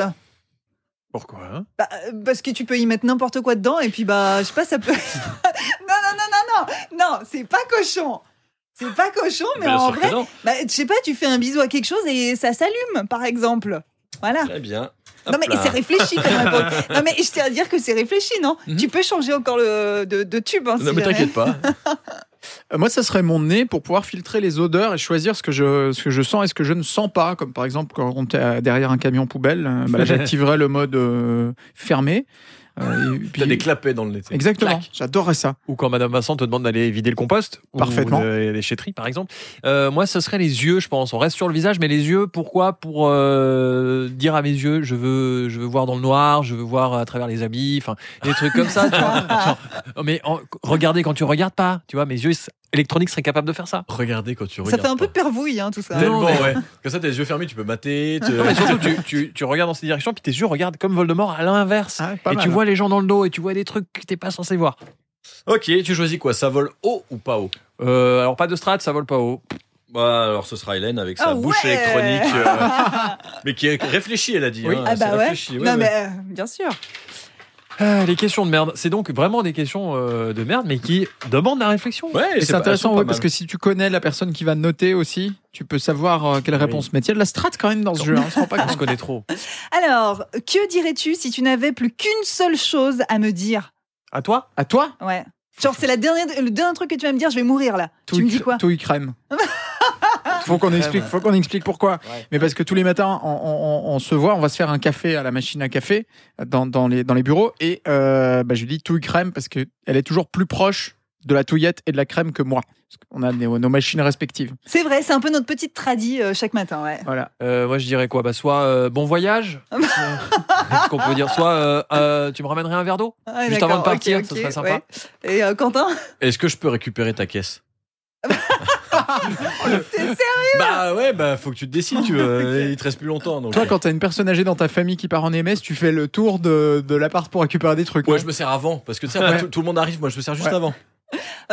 [SPEAKER 2] Pourquoi hein
[SPEAKER 3] Bah, euh, parce que tu peux y mettre n'importe quoi dedans et puis bah je sais pas ça
[SPEAKER 5] (laughs)
[SPEAKER 3] peut. non non non non non non c'est pas cochon. C'est pas cochon (laughs) mais
[SPEAKER 5] Bien
[SPEAKER 3] en
[SPEAKER 5] sûr
[SPEAKER 3] vrai
[SPEAKER 5] que non.
[SPEAKER 3] bah, je sais pas tu fais un bisou à quelque chose et ça s'allume par exemple. Voilà.
[SPEAKER 5] Très bien.
[SPEAKER 3] Non
[SPEAKER 5] Hop
[SPEAKER 3] mais
[SPEAKER 5] là.
[SPEAKER 3] c'est réfléchi comme
[SPEAKER 5] (laughs)
[SPEAKER 3] réponse. Non mais je tiens à dire que c'est réfléchi non.
[SPEAKER 5] Mhm.
[SPEAKER 3] Tu peux changer encore le de, de tube. hein,
[SPEAKER 5] Non,
[SPEAKER 3] si
[SPEAKER 5] mais
[SPEAKER 3] jamais.
[SPEAKER 5] t'inquiète pas.
[SPEAKER 1] Euh, Moi, ça serait mon nez pour pouvoir filtrer les odeurs et choisir ce que je, ce que je sens et ce que je ne sens pas. Comme par exemple, quand on est euh, derrière un camion poubelle, euh, (laughs) bah là, j'activerais le mode euh, fermé. Euh, et puis-
[SPEAKER 5] T'as des clapets dans le nez. t'sais.
[SPEAKER 1] Exactement, j'adorerais ça.
[SPEAKER 2] Ou quand Madame Vincent te demande d'aller vider le compost. ou
[SPEAKER 1] Parfaitement.
[SPEAKER 2] de- les déchetteries, par exemple. Euh, moi, ce serait les yeux, je pense. On reste sur le visage, mais les yeux, pourquoi Pour euh, dire à mes yeux, je veux, je veux voir dans le noir, je veux voir à travers les habits, enfin, des trucs comme ça.
[SPEAKER 1] (laughs)
[SPEAKER 2] tu vois. Genre, non, mais en- regardez quand tu regardes pas, tu vois, mes yeux s- électroniques seraient capables de faire ça.
[SPEAKER 5] Regardez quand tu
[SPEAKER 3] Ça
[SPEAKER 5] regardes.
[SPEAKER 3] fait un peu
[SPEAKER 5] pas.
[SPEAKER 3] pervouille, hein, tout ça.
[SPEAKER 5] Tellement,
[SPEAKER 2] Non, mais-
[SPEAKER 5] ouais. Comme ça, t'as les yeux fermés, tu peux mater. te-
[SPEAKER 2] Non, mais surtout, tu, tu- tu regardes dans ces directions, puis tes yeux regardent comme Voldemort à l'inverse.
[SPEAKER 1] Ah, pas
[SPEAKER 2] et
[SPEAKER 1] mal,
[SPEAKER 2] tu
[SPEAKER 1] hein.
[SPEAKER 2] vois les gens dans le dos, et tu vois des trucs que t'es pas censé voir.
[SPEAKER 5] Ok, tu choisis quoi Ça vole haut ou pas haut
[SPEAKER 2] Euh, alors, pas de strat, ça vole pas haut.
[SPEAKER 5] Bah, alors ce sera Hélène avec sa
[SPEAKER 3] Ah
[SPEAKER 5] bouche
[SPEAKER 3] ouais
[SPEAKER 5] électronique. euh, mais qui est réfléchie, elle a dit.
[SPEAKER 2] Oui.
[SPEAKER 5] hein,
[SPEAKER 3] Ah
[SPEAKER 5] c'est
[SPEAKER 3] bah ouais.
[SPEAKER 5] réfléchi, ouais,
[SPEAKER 3] non
[SPEAKER 5] ouais.
[SPEAKER 3] mais euh, bien sûr.
[SPEAKER 2] Ah, les questions de merde, c'est donc vraiment des questions euh, de merde, mais qui demandent la réflexion.
[SPEAKER 1] Et c'est
[SPEAKER 5] Ouais, pas- elles sont
[SPEAKER 1] intéressant
[SPEAKER 5] pas
[SPEAKER 1] ouais, parce
[SPEAKER 5] mal.
[SPEAKER 1] que si tu connais la personne qui va noter aussi, tu peux savoir euh, quelle réponse. Mais il y a de la strat quand même dans ce jeu. hein, on se rend pas
[SPEAKER 2] on se
[SPEAKER 1] compte.
[SPEAKER 2] connaît trop.
[SPEAKER 3] Alors, que dirais-tu si tu n'avais plus qu'une seule chose à me dire
[SPEAKER 2] À toi
[SPEAKER 1] (laughs) À toi
[SPEAKER 3] Ouais. Genre c'est la dernière, le dernier truc que tu vas me dire, je vais mourir là. tu me dis quoi
[SPEAKER 1] Touille crème. (laughs) faut qu'on explique, faut qu'on explique pourquoi. Mais parce que tous les matins, on, on- on- on se voit, on va se faire un café à la machine à café dans, dans les, dans les bureaux et euh, bah, je lui dis touille crème parce que elle est toujours plus proche de la touillette et de la crème que moi. Parce qu'on a nos, nos machines respectives.
[SPEAKER 3] C'est vrai, c'est un peu notre petite tradie euh, chaque matin, ouais.
[SPEAKER 1] Voilà.
[SPEAKER 2] Euh, Moi, je dirais quoi Bah, soit euh, bon voyage,
[SPEAKER 3] (laughs) Ah,
[SPEAKER 2] euh,
[SPEAKER 3] bah.
[SPEAKER 2] ce qu'on peut dire, soit euh, euh, tu me ramènerais un verre d'eau. Juste
[SPEAKER 3] Ouais, Ah, d'accord,
[SPEAKER 2] avant de partir,
[SPEAKER 3] ok,
[SPEAKER 2] ce
[SPEAKER 3] ok,
[SPEAKER 2] serait sympa.
[SPEAKER 3] ouais. Et
[SPEAKER 1] (laughs)
[SPEAKER 3] euh, Quentin,
[SPEAKER 5] Est-ce que je peux récupérer ta caisse
[SPEAKER 3] t'es sérieux
[SPEAKER 5] Bah ouais, bah faut que tu te décides, tu vois. Il te reste plus longtemps. Donc,
[SPEAKER 1] Toi, quand t'as une personne âgée dans ta famille qui part en MS, tu fais le tour de, de l'appart pour récupérer des trucs.
[SPEAKER 5] Ouais,
[SPEAKER 1] hein.
[SPEAKER 5] je me sers avant. Parce que tu sais, après, tout, tout le monde arrive, moi je me sers juste
[SPEAKER 1] Ouais.
[SPEAKER 5] avant.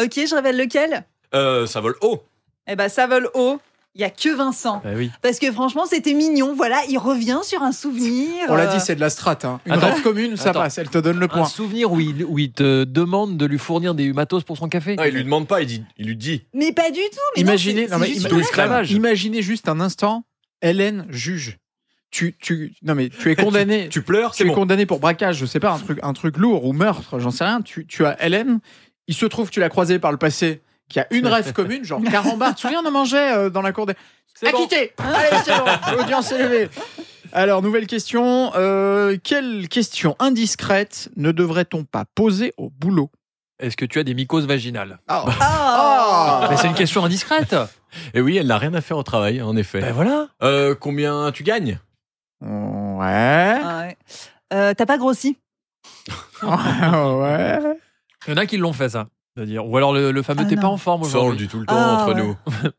[SPEAKER 3] Ok, je révèle lequel
[SPEAKER 5] Euh, ça vole haut.
[SPEAKER 3] Eh ben, ça vole haut. Il y a que Vincent.
[SPEAKER 2] Bah oui.
[SPEAKER 3] Parce que franchement, c'était mignon. Voilà, il revient sur un souvenir.
[SPEAKER 1] On l'a dit,
[SPEAKER 3] euh,
[SPEAKER 1] c'est de la strat. hein. Une
[SPEAKER 2] Attends.
[SPEAKER 1] rêve commune, ça
[SPEAKER 2] Attends.
[SPEAKER 1] passe. Elle te donne le
[SPEAKER 2] Un
[SPEAKER 1] point.
[SPEAKER 2] souvenir où il, où il te demande de lui fournir des matos pour son café.
[SPEAKER 5] Ah, il lui demande pas, il, dit, il lui dit.
[SPEAKER 3] Mais pas du tout. Mais
[SPEAKER 1] Imaginez,
[SPEAKER 3] non,
[SPEAKER 1] non, mais
[SPEAKER 3] c'est- c'est juste
[SPEAKER 1] ima-
[SPEAKER 3] une
[SPEAKER 2] le clavage.
[SPEAKER 1] Imaginez juste un instant, Hélène juge. Tu, tu, non mais tu es condamné. tu
[SPEAKER 5] Tu pleures, c'est
[SPEAKER 1] es
[SPEAKER 5] bon.
[SPEAKER 1] condamné pour braquage, je sais pas, un truc, un truc lourd ou meurtre, j'en sais rien. Tu, tu as Hélène. Il se trouve que tu l'as croisée par le passé, qui a une rêve commune, genre carambar. Tu te souviens, on en mangeait euh, dans la cour des.
[SPEAKER 2] C'est bon.
[SPEAKER 1] Acquitté.
[SPEAKER 3] Ah,
[SPEAKER 1] (laughs) Allez, c'est bon. Audience élevée. Alors, nouvelle question. Euh, quelle question indiscrète ne devrait-on pas poser au boulot
[SPEAKER 2] Est-ce que tu as des mycoses vaginales
[SPEAKER 1] Ah,
[SPEAKER 3] Ah.
[SPEAKER 2] Mais c'est une question indiscrète.
[SPEAKER 5] Et oui, elle n'a rien à faire au travail, en effet.
[SPEAKER 2] ben voilà.
[SPEAKER 5] Euh, combien tu gagnes
[SPEAKER 3] (laughs)
[SPEAKER 1] Ouais.
[SPEAKER 3] Ah ouais. Euh, T'as pas grossi
[SPEAKER 1] ouais.
[SPEAKER 2] Il y en a qui l'ont fait ça. C'est-à-dire, ou alors le, le fameux
[SPEAKER 3] Ah
[SPEAKER 2] t'es pas
[SPEAKER 3] non.
[SPEAKER 2] en forme
[SPEAKER 5] Ça, on le
[SPEAKER 2] aujourd'hui.
[SPEAKER 5] dit tout le temps
[SPEAKER 3] Ah,
[SPEAKER 5] entre
[SPEAKER 3] ouais.
[SPEAKER 5] (laughs) nous.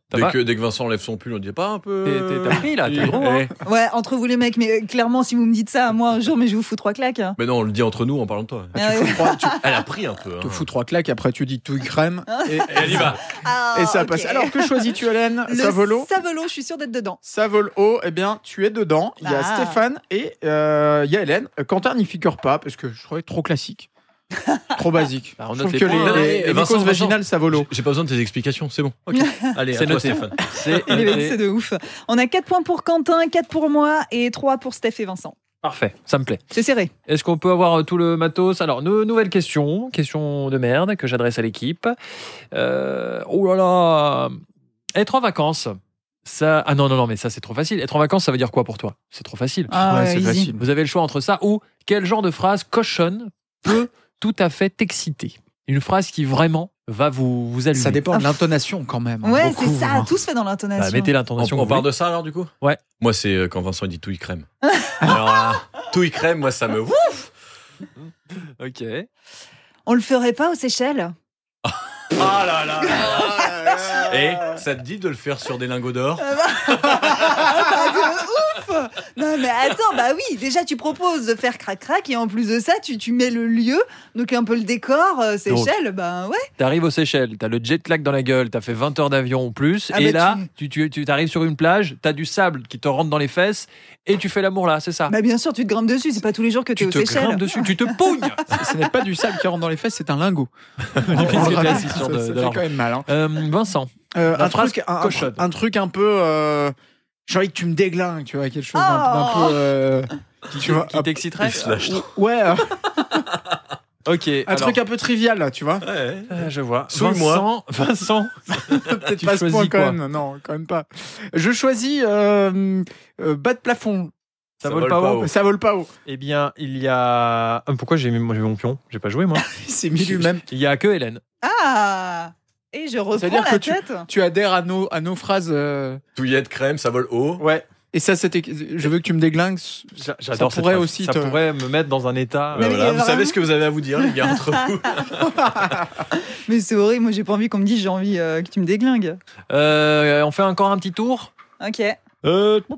[SPEAKER 2] T'as
[SPEAKER 5] Dès
[SPEAKER 2] pas-
[SPEAKER 5] que, dès que Vincent lève son pull, on dit pas un peu.
[SPEAKER 2] T'es- t'es- T'as pris là, t'es
[SPEAKER 5] Eh,
[SPEAKER 2] gros. hein.
[SPEAKER 3] Ouais, entre vous les mecs. Mais euh, clairement, si vous me dites ça à moi un jour, mais je vous fous trois claques. hein.
[SPEAKER 5] Mais non, on le dit entre nous en parlant
[SPEAKER 3] (laughs)
[SPEAKER 5] de toi.
[SPEAKER 3] Ah ouais.
[SPEAKER 5] Elle a pris un peu. hein.
[SPEAKER 1] te fous trois claques, après tu dis touille crème et,
[SPEAKER 5] Et elle y va.
[SPEAKER 3] Ah,
[SPEAKER 1] et ça
[SPEAKER 3] ok.
[SPEAKER 1] passe. Alors que choisis-tu, Hélène
[SPEAKER 3] Le
[SPEAKER 1] Savolo
[SPEAKER 3] Savolo, je suis sûre d'être dedans.
[SPEAKER 1] ça vole haut, eh bien, tu es dedans. Il y a
[SPEAKER 3] Ah.
[SPEAKER 1] Stéphane et euh, il y a Hélène. Quentin n'y figure pas parce que je trouvais trop classique.
[SPEAKER 3] (laughs)
[SPEAKER 1] trop basique.
[SPEAKER 2] Bah, on
[SPEAKER 1] je
[SPEAKER 2] note
[SPEAKER 1] trouve
[SPEAKER 2] les
[SPEAKER 1] que les,
[SPEAKER 2] points,
[SPEAKER 5] hein.
[SPEAKER 1] les- les
[SPEAKER 5] Vincent,
[SPEAKER 1] mycoses vaginales, ça vole haut.
[SPEAKER 5] J'ai- J'ai pas besoin de tes explications,
[SPEAKER 3] (laughs)
[SPEAKER 5] c'est bon. Ok. Allez,
[SPEAKER 2] C'est
[SPEAKER 5] à toi,
[SPEAKER 2] noté.
[SPEAKER 5] Stéphane.
[SPEAKER 2] Eh ben, C'est
[SPEAKER 3] Eh ben, C'est de ouf. On a 4 points pour Quentin, 4 pour moi et 3 pour Steph et Vincent.
[SPEAKER 2] parfait. Ça me plaît.
[SPEAKER 3] C'est serré.
[SPEAKER 2] Est-ce qu'on peut avoir euh, tout le matos Alors, nou- nouvelle question, question de merde que j'adresse à l'équipe. Euh, oh là là Être en vacances, ça. Ah non, non, non, mais ça c'est trop facile. Être en vacances, ça veut dire quoi pour toi C'est trop facile.
[SPEAKER 3] Ah,
[SPEAKER 1] Ouais, c'est
[SPEAKER 3] easy.
[SPEAKER 1] facile.
[SPEAKER 2] Vous avez le choix entre ça ou quel genre de phrase cochonne peut tout à fait t'exciter Une phrase qui vraiment va vous, vous allumer.
[SPEAKER 1] Ça dépend de l'intonation quand même. hein,
[SPEAKER 3] Ouais,
[SPEAKER 1] beaucoup,
[SPEAKER 3] c'est ça.
[SPEAKER 1] hein.
[SPEAKER 3] Tout se fait dans l'intonation.
[SPEAKER 2] Bah, mettez
[SPEAKER 5] On,
[SPEAKER 2] l'intonation.
[SPEAKER 5] on
[SPEAKER 2] que vous
[SPEAKER 5] parle de ça alors du coup
[SPEAKER 2] Ouais.
[SPEAKER 5] Moi c'est euh, quand Vincent il dit
[SPEAKER 3] (laughs)
[SPEAKER 5] touille crème. alors là, touille crème, moi ça me.
[SPEAKER 2] voulez. Ok.
[SPEAKER 3] On le ferait pas aux Seychelles
[SPEAKER 5] Ah là là Et ça te dit de le faire sur des lingots d'or
[SPEAKER 3] Ah, de ouf Non mais attends, bah oui, déjà tu proposes de faire crac-crac et en plus de ça, tu, tu mets le lieu, donc un peu le décor, euh, Seychelles, bah ouais.
[SPEAKER 2] T'arrives aux Seychelles, t'as le jet lag dans la gueule, t'as fait 20 heures d'avion ou plus,
[SPEAKER 3] Ah
[SPEAKER 2] et
[SPEAKER 3] bah
[SPEAKER 2] là, tu, tu, tu t'arrives sur une plage, t'as du sable qui te rentre dans les fesses, et tu fais l'amour là, c'est ça
[SPEAKER 3] Bah bien sûr, tu te grimpes dessus, c'est pas tous les jours que t'es
[SPEAKER 2] Ah. Tu
[SPEAKER 3] aux
[SPEAKER 2] te
[SPEAKER 3] Seychelles.
[SPEAKER 2] grimpes dessus, tu te pougnes
[SPEAKER 1] Ce n'est pas du sable qui rentre dans les fesses, c'est un lingot.
[SPEAKER 2] Les
[SPEAKER 1] On le
[SPEAKER 2] fesses que t'as
[SPEAKER 1] rappelle,
[SPEAKER 2] assises
[SPEAKER 1] ça,
[SPEAKER 2] sur de-
[SPEAKER 1] ça fait
[SPEAKER 2] de l'arbre.
[SPEAKER 1] quand même mal. hein.
[SPEAKER 2] (laughs) Euh, Vincent,
[SPEAKER 1] Euh,
[SPEAKER 2] La
[SPEAKER 1] un,
[SPEAKER 2] phrase
[SPEAKER 1] truc, un- un,
[SPEAKER 2] cochonne.
[SPEAKER 1] un truc un peu. euh, J'ai envie que tu me déglingues, tu vois, quelque chose d'un d'un
[SPEAKER 3] Oh
[SPEAKER 1] peu. euh,
[SPEAKER 2] qui,
[SPEAKER 1] Tu vois,
[SPEAKER 2] qui
[SPEAKER 1] hop,
[SPEAKER 2] t'exciterait
[SPEAKER 5] il se lâche.
[SPEAKER 1] ouais. euh,
[SPEAKER 2] Ok.
[SPEAKER 1] Un truc un peu trivial, là, tu vois.
[SPEAKER 5] Ouais.
[SPEAKER 2] je vois.
[SPEAKER 5] Souille-moi.
[SPEAKER 2] Vincent, Vincent,
[SPEAKER 1] Peut-être
[SPEAKER 2] Tu
[SPEAKER 1] pas ce
[SPEAKER 2] choisis
[SPEAKER 1] point quand
[SPEAKER 2] quoi
[SPEAKER 1] même. Non, quand même pas. Je choisis euh, euh, bas de plafond.
[SPEAKER 2] ça, vole pas
[SPEAKER 5] Oh.
[SPEAKER 2] haut.
[SPEAKER 1] Ça vole pas haut.
[SPEAKER 2] Eh bien, il y a. Ah, Pourquoi j'ai mis, moi, j'ai mis mon pion J'ai pas joué, moi.
[SPEAKER 1] Il s'est mis lui-même.
[SPEAKER 2] Il y a que Hélène.
[SPEAKER 3] Ah Et je reprends
[SPEAKER 1] C'est-à-dire
[SPEAKER 3] la
[SPEAKER 1] que tu-
[SPEAKER 3] tête.
[SPEAKER 1] Tu adhères à nos, à nos phrases. euh,
[SPEAKER 5] Touillette, crème, ça vole haut.
[SPEAKER 1] Ouais. Et ça, c'était. Je veux que tu me déglingues.
[SPEAKER 2] J'a-
[SPEAKER 1] Ça
[SPEAKER 2] J'adore cette
[SPEAKER 1] pourrait
[SPEAKER 2] phrase.
[SPEAKER 1] aussi
[SPEAKER 2] Ça
[SPEAKER 1] te-
[SPEAKER 2] pourrait me mettre dans un état. euh,
[SPEAKER 5] Ouais,
[SPEAKER 3] mais
[SPEAKER 5] Ben voilà, Vous
[SPEAKER 3] vraiment-
[SPEAKER 5] savez ce que vous avez à vous dire, les gars,
[SPEAKER 3] (laughs)
[SPEAKER 5] entre vous.
[SPEAKER 3] Mais c'est horrible, moi j'ai pas envie qu'on me dise j'ai envie euh, que tu me déglingues.
[SPEAKER 2] Euh, on fait encore un petit tour
[SPEAKER 3] Ok.
[SPEAKER 2] Euh,
[SPEAKER 5] Ah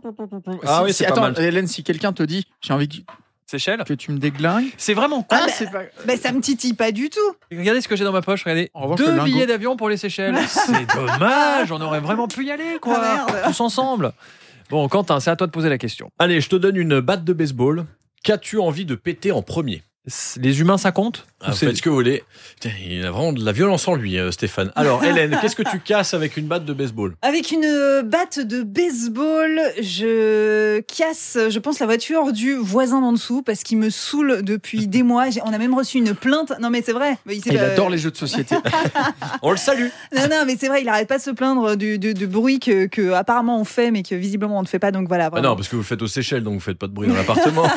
[SPEAKER 1] Si-
[SPEAKER 5] oui,
[SPEAKER 1] si-
[SPEAKER 5] c'est pas
[SPEAKER 1] attends,
[SPEAKER 5] mal.
[SPEAKER 1] Hélène, si quelqu'un te dit, j'ai envie que-
[SPEAKER 2] Seychelles
[SPEAKER 1] que tu me déglingues.
[SPEAKER 2] C'est vraiment cool.
[SPEAKER 1] Ah, c'est pas.
[SPEAKER 3] Mais ça me titille pas du tout.
[SPEAKER 2] Regardez ce que j'ai dans ma poche, regardez.
[SPEAKER 1] En revanche, le
[SPEAKER 2] Deux
[SPEAKER 1] lingot.
[SPEAKER 2] billets d'avion pour les Seychelles. (laughs) c'est dommage, (laughs) on aurait vraiment pu y aller, quoi.
[SPEAKER 3] Ah, merde.
[SPEAKER 2] Tous ensemble. Bon, Quentin, c'est à toi de poser la question.
[SPEAKER 5] Allez, je te donne une batte de baseball. Qu'as-tu envie de péter en premier
[SPEAKER 2] C'est- Les humains, ça compte Ou
[SPEAKER 5] ah,
[SPEAKER 2] c'est-
[SPEAKER 5] Faites ce que vous voulez. Putain, il a vraiment de la violence en lui, euh, Stéphane. Alors, Hélène, qu'est-ce que tu casses avec une batte de baseball
[SPEAKER 3] Avec une euh, batte de baseball, je casse, je pense, la voiture du voisin d'en dessous parce qu'il me
[SPEAKER 1] (laughs)
[SPEAKER 3] saoule depuis des mois. J'ai- On a même reçu une plainte. Non, mais c'est vrai. Mais s'est
[SPEAKER 1] Ah, Il
[SPEAKER 3] pas-
[SPEAKER 1] adore les jeux de
[SPEAKER 2] (laughs)
[SPEAKER 1] société.
[SPEAKER 5] On le salue.
[SPEAKER 3] Non, non, mais c'est vrai, il arrête pas de se plaindre du, du- du bruit que, que apparemment on fait, mais que visiblement on ne fait pas. Donc voilà.
[SPEAKER 5] Ah
[SPEAKER 3] vraiment.
[SPEAKER 5] non, parce que vous faites aux Seychelles, donc vous faites pas de bruit dans l'appartement.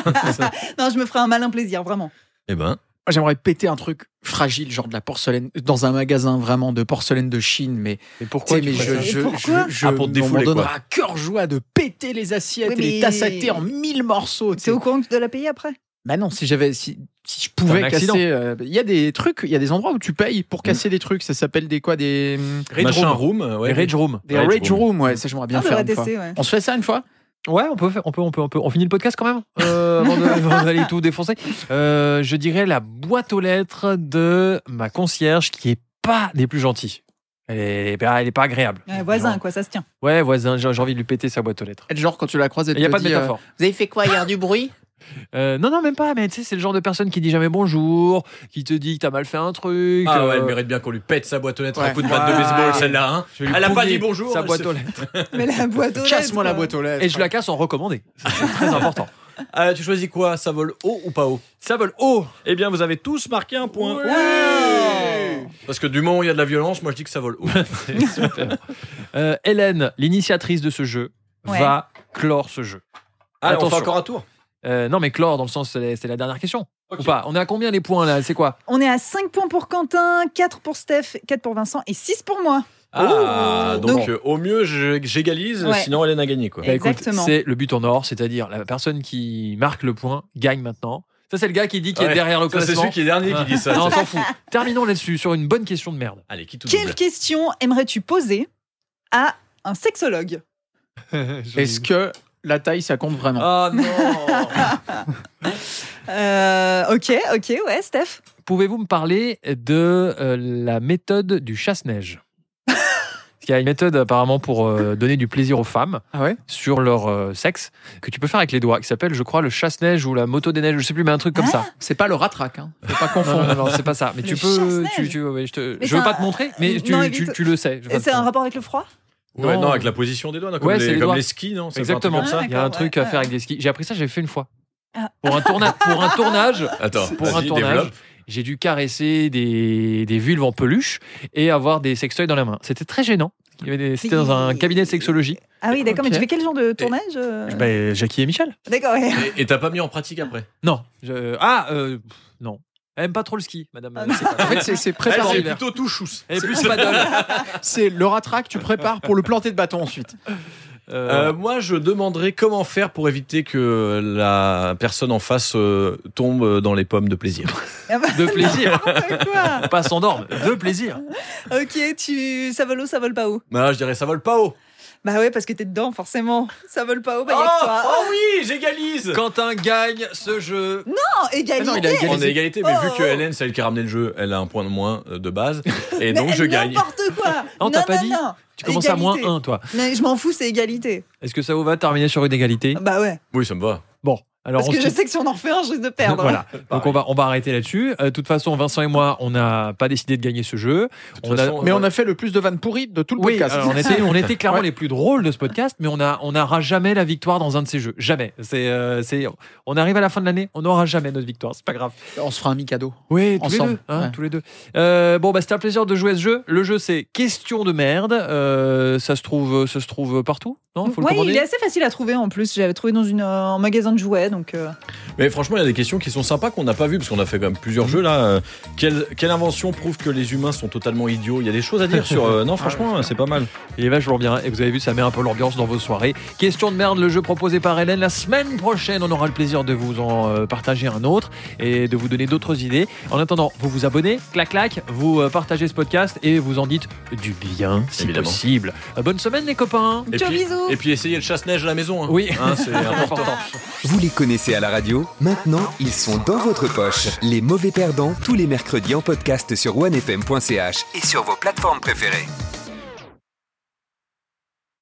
[SPEAKER 3] non, je me ferai un malin plaisir, vraiment.
[SPEAKER 5] eh ben,
[SPEAKER 1] Moi, J'aimerais péter un truc fragile, genre de la porcelaine, dans un magasin vraiment de porcelaine de Chine, mais,
[SPEAKER 2] Mais
[SPEAKER 1] tu sais,
[SPEAKER 2] pourquoi tu
[SPEAKER 1] mais je,
[SPEAKER 2] ferais ça
[SPEAKER 1] je,
[SPEAKER 3] Et pourquoi
[SPEAKER 1] je, je
[SPEAKER 5] Ah, pour te
[SPEAKER 1] on m'en
[SPEAKER 5] défouler, quoi.
[SPEAKER 1] donnera à cœur joie de péter les assiettes
[SPEAKER 3] Oui,
[SPEAKER 1] et
[SPEAKER 3] mais-
[SPEAKER 1] les tasses à terre en mille morceaux. tu
[SPEAKER 3] T'es
[SPEAKER 1] sais.
[SPEAKER 3] au courant que tu dois la payer après
[SPEAKER 1] Bah non, si j'avais, si, si je pouvais
[SPEAKER 2] C'est un
[SPEAKER 1] casser,
[SPEAKER 2] accident.
[SPEAKER 1] euh, il y a des trucs, il y a des endroits où tu payes pour casser des trucs. Ça s'appelle des quoi, des mm,
[SPEAKER 2] Rage
[SPEAKER 5] machin
[SPEAKER 2] Room.
[SPEAKER 5] room. euh, ouais.
[SPEAKER 2] Les Rage Room.
[SPEAKER 1] des
[SPEAKER 5] Rage
[SPEAKER 1] rage,
[SPEAKER 5] room.
[SPEAKER 1] room. ouais, ça j'aimerais bien
[SPEAKER 3] Ah, On
[SPEAKER 1] faire
[SPEAKER 3] devrait
[SPEAKER 1] une fois.
[SPEAKER 3] tester, ouais.
[SPEAKER 1] On se fait ça une fois
[SPEAKER 2] Ouais, on peut, faire- on peut, on peut, on peut. On finit le podcast quand même (laughs) euh, avant de- avant d'aller tout défoncer. Euh, je dirais la boîte aux lettres de ma concierge qui est pas des plus gentilles. Elle est, elle est pas agréable.
[SPEAKER 3] Ouais, voisin, quoi, ça se tient.
[SPEAKER 2] Ouais, voisin. J'ai j'ai envie de lui péter sa boîte aux lettres.
[SPEAKER 1] Genre quand tu la croises, elle
[SPEAKER 2] Il n'y a
[SPEAKER 1] te
[SPEAKER 2] pas de
[SPEAKER 1] dit, euh,
[SPEAKER 2] métaphore.
[SPEAKER 1] Vous avez fait quoi hier du bruit
[SPEAKER 2] Euh, non, non, même pas. Mais tu sais, c'est le genre de personne qui dit jamais bonjour, qui te dit que t'as mal fait un truc.
[SPEAKER 5] Ah ouais,
[SPEAKER 2] euh,
[SPEAKER 5] elle mérite bien qu'on lui pète sa boîte aux lettres, un
[SPEAKER 1] Ouais.
[SPEAKER 5] coup de batte de
[SPEAKER 1] Ouais.
[SPEAKER 5] baseball, celle-là. hein.
[SPEAKER 2] je vais lui
[SPEAKER 5] Elle a pas
[SPEAKER 2] prouver
[SPEAKER 5] dit bonjour,
[SPEAKER 2] Sa
[SPEAKER 5] elle
[SPEAKER 2] boîte
[SPEAKER 5] s'est
[SPEAKER 2] aux lettres.
[SPEAKER 3] Mais la boîte aux
[SPEAKER 1] Casse-moi la
[SPEAKER 3] lettres,
[SPEAKER 1] boîte aux lettres.
[SPEAKER 2] Et je la casse en
[SPEAKER 5] (laughs)
[SPEAKER 2] recommandé. C'est très important.
[SPEAKER 5] Ah, tu choisis quoi Ça vole haut ou pas haut
[SPEAKER 2] Ça vole haut.
[SPEAKER 5] Eh bien, vous avez tous marqué un point.
[SPEAKER 3] Ouais. Ouais.
[SPEAKER 5] Parce que du moment où il y a de la violence, moi je dis que ça vole haut.
[SPEAKER 2] C'est super. Euh, Hélène, l'initiatrice de ce jeu,
[SPEAKER 3] Ouais.
[SPEAKER 2] va clore ce jeu.
[SPEAKER 5] Allez, Ah, on fait
[SPEAKER 2] Attention.
[SPEAKER 5] encore un tour.
[SPEAKER 2] Euh, non, mais clore dans le sens, c'est la- c'est la dernière question. Ou pas On est à combien les points là C'est quoi
[SPEAKER 3] On est à 5 points pour Quentin, 4 pour Steph, 4 pour Vincent et 6 pour moi.
[SPEAKER 5] Ah,
[SPEAKER 3] Ouh.
[SPEAKER 5] donc euh, au mieux, je- j'égalise,
[SPEAKER 3] Ouais.
[SPEAKER 5] sinon Hélène a gagné quoi.
[SPEAKER 3] Et- Exactement.
[SPEAKER 2] Bah, C'est le but en or, c'est-à-dire la personne qui marque le point gagne maintenant. Ça, c'est le gars qui dit qu'il est
[SPEAKER 5] Ouais,
[SPEAKER 2] derrière le
[SPEAKER 5] Ça, c'est
[SPEAKER 2] classement.
[SPEAKER 5] celui qui est dernier qui dit ça.
[SPEAKER 2] Non, on
[SPEAKER 3] (laughs)
[SPEAKER 5] c'est-
[SPEAKER 2] s'en fout. Terminons là-dessus sur une bonne question de
[SPEAKER 5] (laughs)
[SPEAKER 2] merde.
[SPEAKER 5] Allez, qui tout
[SPEAKER 3] Quelle
[SPEAKER 5] double
[SPEAKER 3] question aimerais-tu poser à un sexologue
[SPEAKER 1] Est-ce que la taille ça compte vraiment
[SPEAKER 5] Ah non
[SPEAKER 3] Euh, Ok, ok, ouais, Steph.
[SPEAKER 2] Pouvez-vous me parler de euh, la méthode du
[SPEAKER 3] (laughs)
[SPEAKER 2] chasse-neige Parce qu'il y a une méthode apparemment pour euh, donner du plaisir aux femmes
[SPEAKER 1] Ah ouais
[SPEAKER 2] sur leur euh, sexe que tu peux faire avec les doigts, qui s'appelle, je crois, le chasse-neige ou la moto des neiges, je sais plus, mais un truc comme ça.
[SPEAKER 1] C'est pas le ratrac, hein. Faut
[SPEAKER 2] (laughs)
[SPEAKER 1] pas
[SPEAKER 2] Non, non,
[SPEAKER 1] confondre.
[SPEAKER 2] non, c'est pas ça. Mais
[SPEAKER 3] Ah. Le
[SPEAKER 2] tu peux.
[SPEAKER 3] chasse-neige.
[SPEAKER 2] Tu, tu- ouais, je te-
[SPEAKER 3] Mais
[SPEAKER 2] je veux
[SPEAKER 3] c'est
[SPEAKER 2] pas
[SPEAKER 3] un-
[SPEAKER 2] te montrer, mais tu,
[SPEAKER 3] Non,
[SPEAKER 2] tu-
[SPEAKER 3] évite.
[SPEAKER 2] tu le sais. je
[SPEAKER 3] Et
[SPEAKER 2] vais
[SPEAKER 3] c'est
[SPEAKER 2] te-
[SPEAKER 3] un rapport avec le froid
[SPEAKER 5] Ouais,
[SPEAKER 2] Non.
[SPEAKER 5] non, avec la position des doigts, non, comme,
[SPEAKER 2] Ouais, c'est
[SPEAKER 5] les,
[SPEAKER 2] les
[SPEAKER 5] comme
[SPEAKER 2] doigts.
[SPEAKER 5] les skis, non C'est pas un truc
[SPEAKER 2] Exactement
[SPEAKER 5] comme
[SPEAKER 3] Ah,
[SPEAKER 5] ça
[SPEAKER 2] Il y a un
[SPEAKER 3] d'accord,
[SPEAKER 2] truc
[SPEAKER 3] ouais,
[SPEAKER 2] à faire
[SPEAKER 3] ouais.
[SPEAKER 2] avec des skis. J'ai appris ça, j'ai fait une fois.
[SPEAKER 3] Ah.
[SPEAKER 2] Pour un tournage, pour
[SPEAKER 3] (laughs)
[SPEAKER 2] un tournage,
[SPEAKER 5] Attends,
[SPEAKER 2] pour un
[SPEAKER 5] vas-y,
[SPEAKER 2] tournage,
[SPEAKER 5] développe.
[SPEAKER 2] j'ai dû caresser des, des vulves en peluche et avoir des sextoys dans la main. C'était très gênant. Il y avait des- C'était dans un cabinet de sexologie.
[SPEAKER 3] Ah oui, d'accord,
[SPEAKER 2] Ok.
[SPEAKER 3] mais tu fais quel genre de tournage euh
[SPEAKER 2] Ben, Jackie et Michel
[SPEAKER 3] D'accord, ouais. (laughs)
[SPEAKER 5] Et- Et t'as pas mis en pratique après
[SPEAKER 2] Non. je- Ah, euh, pff, non. Elle aime pas trop le ski, madame.
[SPEAKER 3] Ah,
[SPEAKER 2] euh,
[SPEAKER 3] non.
[SPEAKER 2] c'est pas-
[SPEAKER 1] En fait, c'est- c'est
[SPEAKER 5] Elle,
[SPEAKER 1] préparé.
[SPEAKER 5] c'est plutôt tout chousse.
[SPEAKER 2] Elle est plus paddle.
[SPEAKER 1] C'est le ratrac, tu prépares pour le planter de bâton ensuite.
[SPEAKER 5] Euh,
[SPEAKER 2] Euh,
[SPEAKER 5] moi, je demanderais comment faire pour éviter que la personne en face euh, tombe dans les pommes de plaisir.
[SPEAKER 2] (laughs) euh, de
[SPEAKER 3] (laughs)
[SPEAKER 2] plaisir.
[SPEAKER 3] Quoi
[SPEAKER 2] Pas s'endorme. De
[SPEAKER 3] (laughs)
[SPEAKER 2] plaisir.
[SPEAKER 3] ok, tu... ça vole haut, ça vole pas haut.
[SPEAKER 5] Bah, je dirais, ça vole pas haut.
[SPEAKER 3] Bah ouais, parce que t'es dedans, forcément. Ça vole pas haut, bah
[SPEAKER 5] oh,
[SPEAKER 3] y'a que toi.
[SPEAKER 5] oh oui, j'égalise.
[SPEAKER 2] Quentin gagne ce jeu. Ah
[SPEAKER 3] Oh, égalité
[SPEAKER 1] il a égalisé.
[SPEAKER 5] On est égalité, mais
[SPEAKER 3] Oh,
[SPEAKER 5] vu que
[SPEAKER 3] oh.
[SPEAKER 5] Hélène, celle qui a ramené le jeu, elle a un point de moins euh,
[SPEAKER 2] (laughs)
[SPEAKER 5] de base, et donc
[SPEAKER 3] Mais
[SPEAKER 5] je gagne.
[SPEAKER 3] N'importe quoi
[SPEAKER 2] Non, t'as pas dit.
[SPEAKER 3] non.
[SPEAKER 2] Tu commences à
[SPEAKER 3] Égalité.
[SPEAKER 2] moins 1, toi.
[SPEAKER 3] Mais je m'en fous, c'est égalité.
[SPEAKER 2] Est-ce que ça vous va de terminer sur une égalité
[SPEAKER 3] Bah ouais.
[SPEAKER 5] Oui, ça me va.
[SPEAKER 2] Bon, Alors,
[SPEAKER 3] Parce
[SPEAKER 2] on
[SPEAKER 3] que
[SPEAKER 2] se
[SPEAKER 3] je
[SPEAKER 2] quitte-
[SPEAKER 3] sais que si on en fait un, je risque de perdre. (laughs)
[SPEAKER 2] Voilà. Donc on va, on va arrêter là-dessus. Euh, De toute façon, Vincent et moi, on n'a pas décidé de gagner ce jeu.
[SPEAKER 5] toute
[SPEAKER 2] On a-
[SPEAKER 5] façon,
[SPEAKER 1] Mais on a fait le plus de vannes pourries de tout le
[SPEAKER 2] Oui,
[SPEAKER 1] podcast.
[SPEAKER 2] alors, on, était, on était clairement
[SPEAKER 1] Ouais.
[SPEAKER 2] les plus drôles de ce podcast, mais on a- on n'aura jamais la victoire dans un de ces jeux. Jamais. C'est, euh, c'est- on arrive à la fin de l'année, on n'aura jamais notre victoire. C'est pas grave.
[SPEAKER 1] On se fera un mi-cadeau.
[SPEAKER 2] Oui, tous
[SPEAKER 1] Ensemble.
[SPEAKER 2] les deux. hein,
[SPEAKER 1] Ouais.
[SPEAKER 2] tous les deux. Euh, bon, bah, c'était un plaisir de jouer à ce jeu. Le jeu, c'est question de merde. Euh, ça se trouve, ça se trouve partout, non Faut le
[SPEAKER 3] Ouais,
[SPEAKER 2] commander.
[SPEAKER 3] il est assez facile à trouver en plus. J'avais trouvé dans une, euh, un magasin de jouets, donc. euh,
[SPEAKER 5] Mais franchement, il y a des questions qui sont sympas qu'on n'a pas vues, parce qu'on a fait quand même plusieurs jeux là. Euh, Quelle, quelle invention prouve que les humains sont totalement idiots Il y a des choses à dire sur. euh, non, franchement, c'est pas mal.
[SPEAKER 2] Il est vachement bien. Et vous avez vu, ça met un peu l'ambiance dans vos soirées. Question de merde, le jeu proposé par Hélène. La semaine prochaine, on aura le plaisir de vous en euh, partager un autre et de vous donner d'autres idées. En attendant, vous vous abonnez, clac clac, vous euh, partagez ce podcast et vous en dites du bien, si
[SPEAKER 5] Évidemment.
[SPEAKER 2] possible. Euh, Bonne semaine, les copains.
[SPEAKER 5] Et
[SPEAKER 3] Ciao,
[SPEAKER 5] puis,
[SPEAKER 3] bisous.
[SPEAKER 5] et puis essayez le chasse-neige à la maison. hein.
[SPEAKER 2] Oui.
[SPEAKER 5] Hein,
[SPEAKER 2] (laughs)
[SPEAKER 5] c'est important.
[SPEAKER 4] Vous les connaissez à la radio Maintenant, ils sont dans votre poche. Les mauvais perdants, tous les mercredis en podcast sur onefm.ch et sur vos plateformes préférées.